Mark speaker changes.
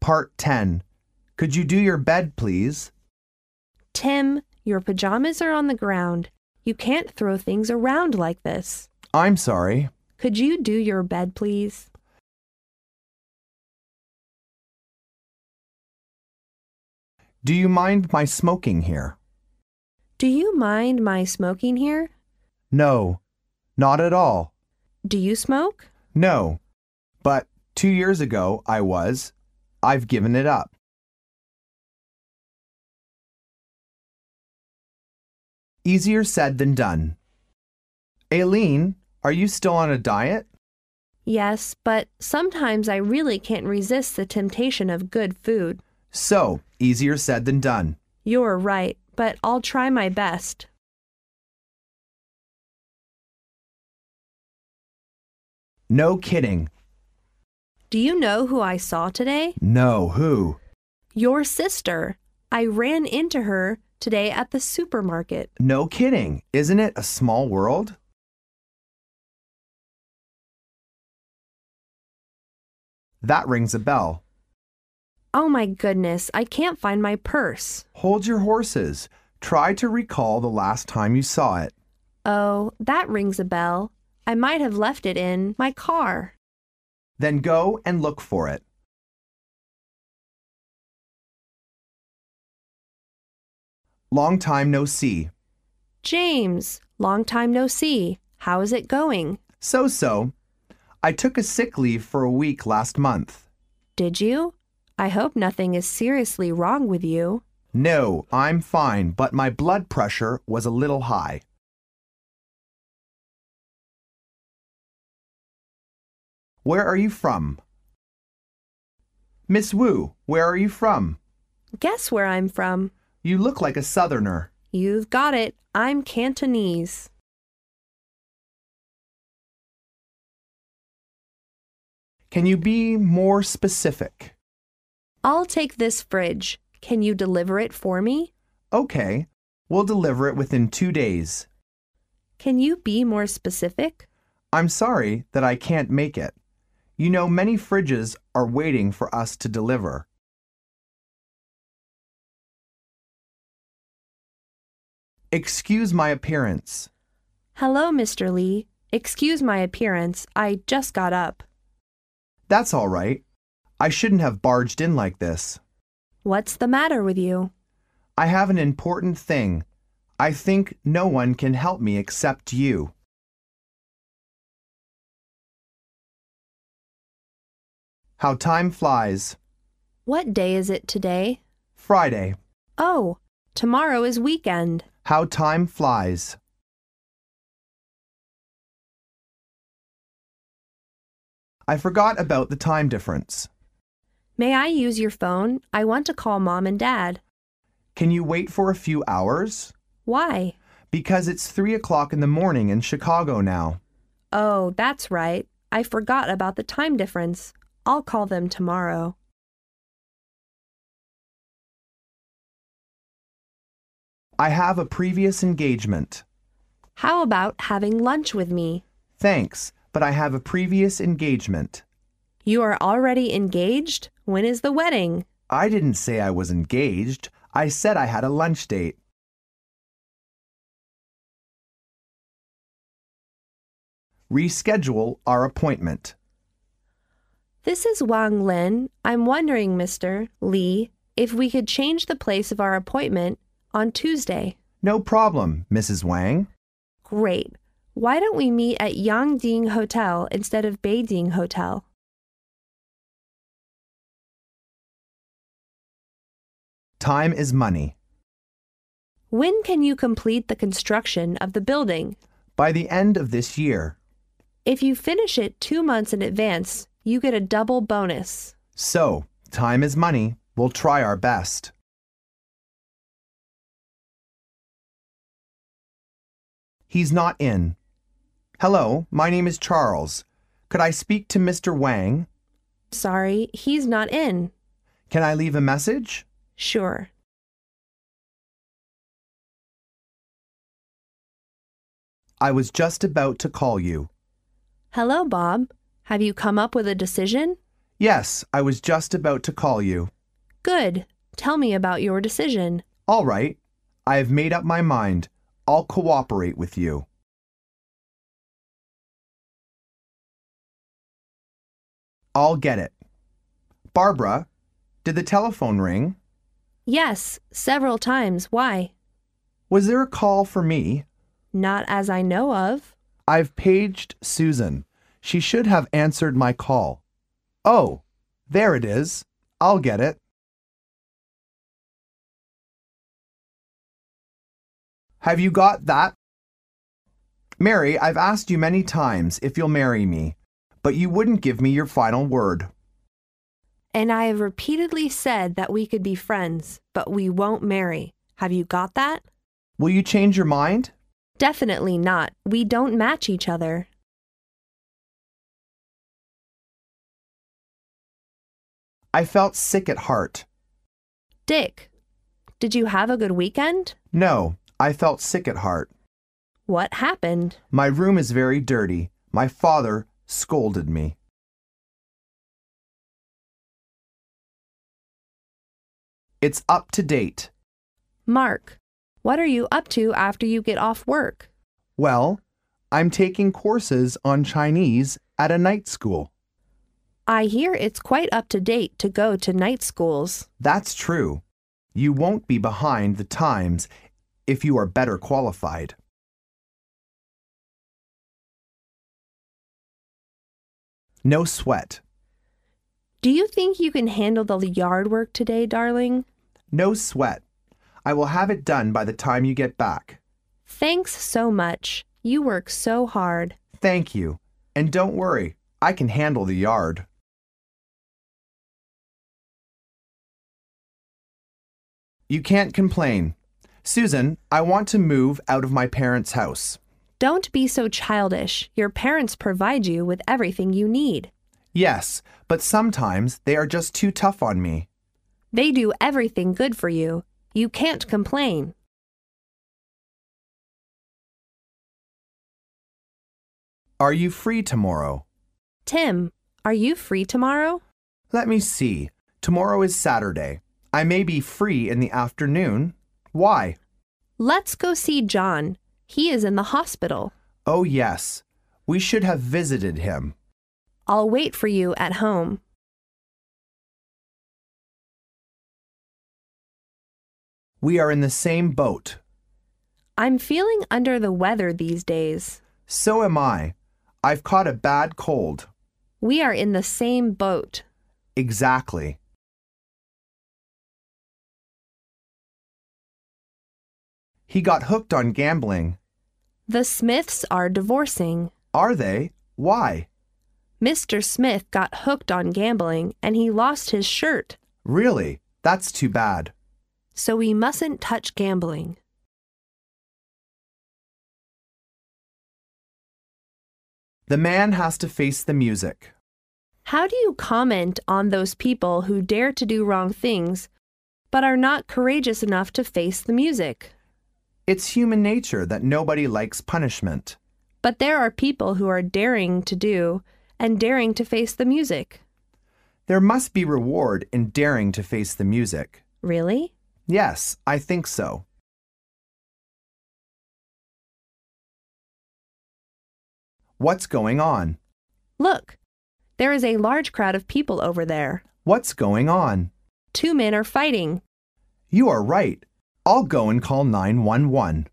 Speaker 1: Part 10. Could you do your bed, please?
Speaker 2: Tim, your pajamas are on the ground. You can't throw things around like this.
Speaker 1: I'm sorry.
Speaker 2: Could you do your bed, please?
Speaker 1: Do you mind my smoking here?
Speaker 2: Do you mind my smoking here?
Speaker 1: No, not at all.
Speaker 2: Do you smoke?
Speaker 1: No. But two years ago, I was. I've given it up. Easier said than done. Aileen, are you still on a diet?
Speaker 2: Yes, but sometimes I really can't resist the temptation of good food.
Speaker 1: So, easier said than done.
Speaker 2: You're right, but I'll try my best.
Speaker 1: No kidding.
Speaker 2: Do you know who I saw today?
Speaker 1: No, who?
Speaker 2: Your sister. I ran into her today at the supermarket.
Speaker 1: No kidding. Isn't it a small world? That rings a bell.
Speaker 2: Oh my goodness, I can't find my purse.
Speaker 1: Hold your horses. Try to recall the last time you saw it.
Speaker 2: Oh, that rings a bell. I might have left it in my car.
Speaker 1: Then go and look for it. Long time no see.
Speaker 2: James, long time no see. How is it going?
Speaker 1: So so. I took a sick leave for a week last month.
Speaker 2: Did you? I hope nothing is seriously wrong with you.
Speaker 1: No, I'm fine, but my blood pressure was a little high. Where are you from? Miss Wu, where are you from?
Speaker 2: Guess where I'm from?
Speaker 1: You look like a southerner.
Speaker 2: You've got it. I'm Cantonese.
Speaker 1: Can you be more specific?
Speaker 2: I'll take this fridge. Can you deliver it for me?
Speaker 1: Okay, we'll deliver it within two days.
Speaker 2: Can you be more specific?
Speaker 1: I'm sorry that I can't make it. You know, many fridges are waiting for us to deliver. Excuse my appearance.
Speaker 2: Hello, Mr. Lee. Excuse my appearance. I just got up.
Speaker 1: That's all right. I shouldn't have barged in like this.
Speaker 2: What's the matter with you?
Speaker 1: I have an important thing. I think no one can help me except you. How time flies.
Speaker 2: What day is it today?
Speaker 1: Friday.
Speaker 2: Oh, tomorrow is weekend.
Speaker 1: How time flies. I forgot about the time difference.
Speaker 2: May I use your phone? I want to call mom and dad.
Speaker 1: Can you wait for a few hours?
Speaker 2: Why?
Speaker 1: Because it's 3 o'clock in the morning in Chicago now.
Speaker 2: Oh, that's right. I forgot about the time difference. I'll call them tomorrow.
Speaker 1: I have a previous engagement.
Speaker 2: How about having lunch with me?
Speaker 1: Thanks, but I have a previous engagement.
Speaker 2: You are already engaged? When is the wedding?
Speaker 1: I didn't say I was engaged. I said I had a lunch date. Reschedule our appointment.
Speaker 2: This is Wang Lin. I'm wondering, Mr. Lee, if we could change the place of our appointment on Tuesday.
Speaker 1: No problem, Mrs. Wang.
Speaker 2: Great. Why don't we meet at Yangding Hotel instead of Beijing Hotel?
Speaker 1: Time is money.
Speaker 2: When can you complete the construction of the building?
Speaker 1: By the end of this year.
Speaker 2: If you finish it two months in advance, you get a double bonus.
Speaker 1: So, time is money. We'll try our best. He's not in. Hello, my name is Charles. Could I speak to Mr. Wang?
Speaker 2: Sorry, he's not in.
Speaker 1: Can I leave a message?
Speaker 2: Sure.
Speaker 1: I was just about to call you.
Speaker 2: Hello, Bob. Have you come up with a decision?
Speaker 1: Yes, I was just about to call you.
Speaker 2: Good. Tell me about your decision.
Speaker 1: All right. I have made up my mind. I'll cooperate with you. I'll get it. Barbara, did the telephone ring?
Speaker 2: Yes, several times. Why?
Speaker 1: Was there a call for me?
Speaker 2: Not as I know of.
Speaker 1: I've paged Susan. She should have answered my call. Oh, there it is. I'll get it. Have you got that? Mary, I've asked you many times if you'll marry me, but you wouldn't give me your final word.
Speaker 2: And I have repeatedly said that we could be friends, but we won't marry. Have you got that?
Speaker 1: Will you change your mind?
Speaker 2: Definitely not. We don't match each other.
Speaker 1: I felt sick at heart.
Speaker 2: Dick, did you have a good weekend?
Speaker 1: No, I felt sick at heart.
Speaker 2: What happened?
Speaker 1: My room is very dirty. My father scolded me. It's up to date.
Speaker 2: Mark, what are you up to after you get off work?
Speaker 1: Well, I'm taking courses on Chinese at a night school.
Speaker 2: I hear it's quite up to date to go to night schools.
Speaker 1: That's true. You won't be behind the times if you are better qualified. No sweat.
Speaker 2: Do you think you can handle the yard work today, darling?
Speaker 1: No sweat. I will have it done by the time you get back.
Speaker 2: Thanks so much. You work so hard.
Speaker 1: Thank you. And don't worry, I can handle the yard. You can't complain. Susan, I want to move out of my parents' house.
Speaker 2: Don't be so childish. Your parents provide you with everything you need.
Speaker 1: Yes, but sometimes they are just too tough on me.
Speaker 2: They do everything good for you. You can't complain.
Speaker 1: Are you free tomorrow?
Speaker 2: Tim, are you free tomorrow?
Speaker 1: Let me see. Tomorrow is Saturday. I may be free in the afternoon. Why?
Speaker 2: Let's go see John. He is in the hospital.
Speaker 1: Oh, yes. We should have visited him.
Speaker 2: I'll wait for you at home.
Speaker 1: We are in the same boat.
Speaker 2: I'm feeling under the weather these days.
Speaker 1: So am I. I've caught a bad cold.
Speaker 2: We are in the same boat.
Speaker 1: Exactly. He got hooked on gambling.
Speaker 2: The Smiths are divorcing.
Speaker 1: Are they? Why?
Speaker 2: Mr. Smith got hooked on gambling and he lost his shirt,
Speaker 1: Really? That's too bad.
Speaker 2: so we mustn't touch gambling.
Speaker 1: The man has to face the music.
Speaker 2: How do you comment on those people who dare to do wrong things but are not courageous enough to face the music?
Speaker 1: It's human nature that nobody likes punishment.
Speaker 2: But there are people who are daring to do and daring to face the music.
Speaker 1: There must be reward in daring to face the music.
Speaker 2: Really?
Speaker 1: Yes, I think so. What's going on?
Speaker 2: Look, there is a large crowd of people over there.
Speaker 1: What's going on?
Speaker 2: Two men are fighting.
Speaker 1: You are right. I'll go and call 911.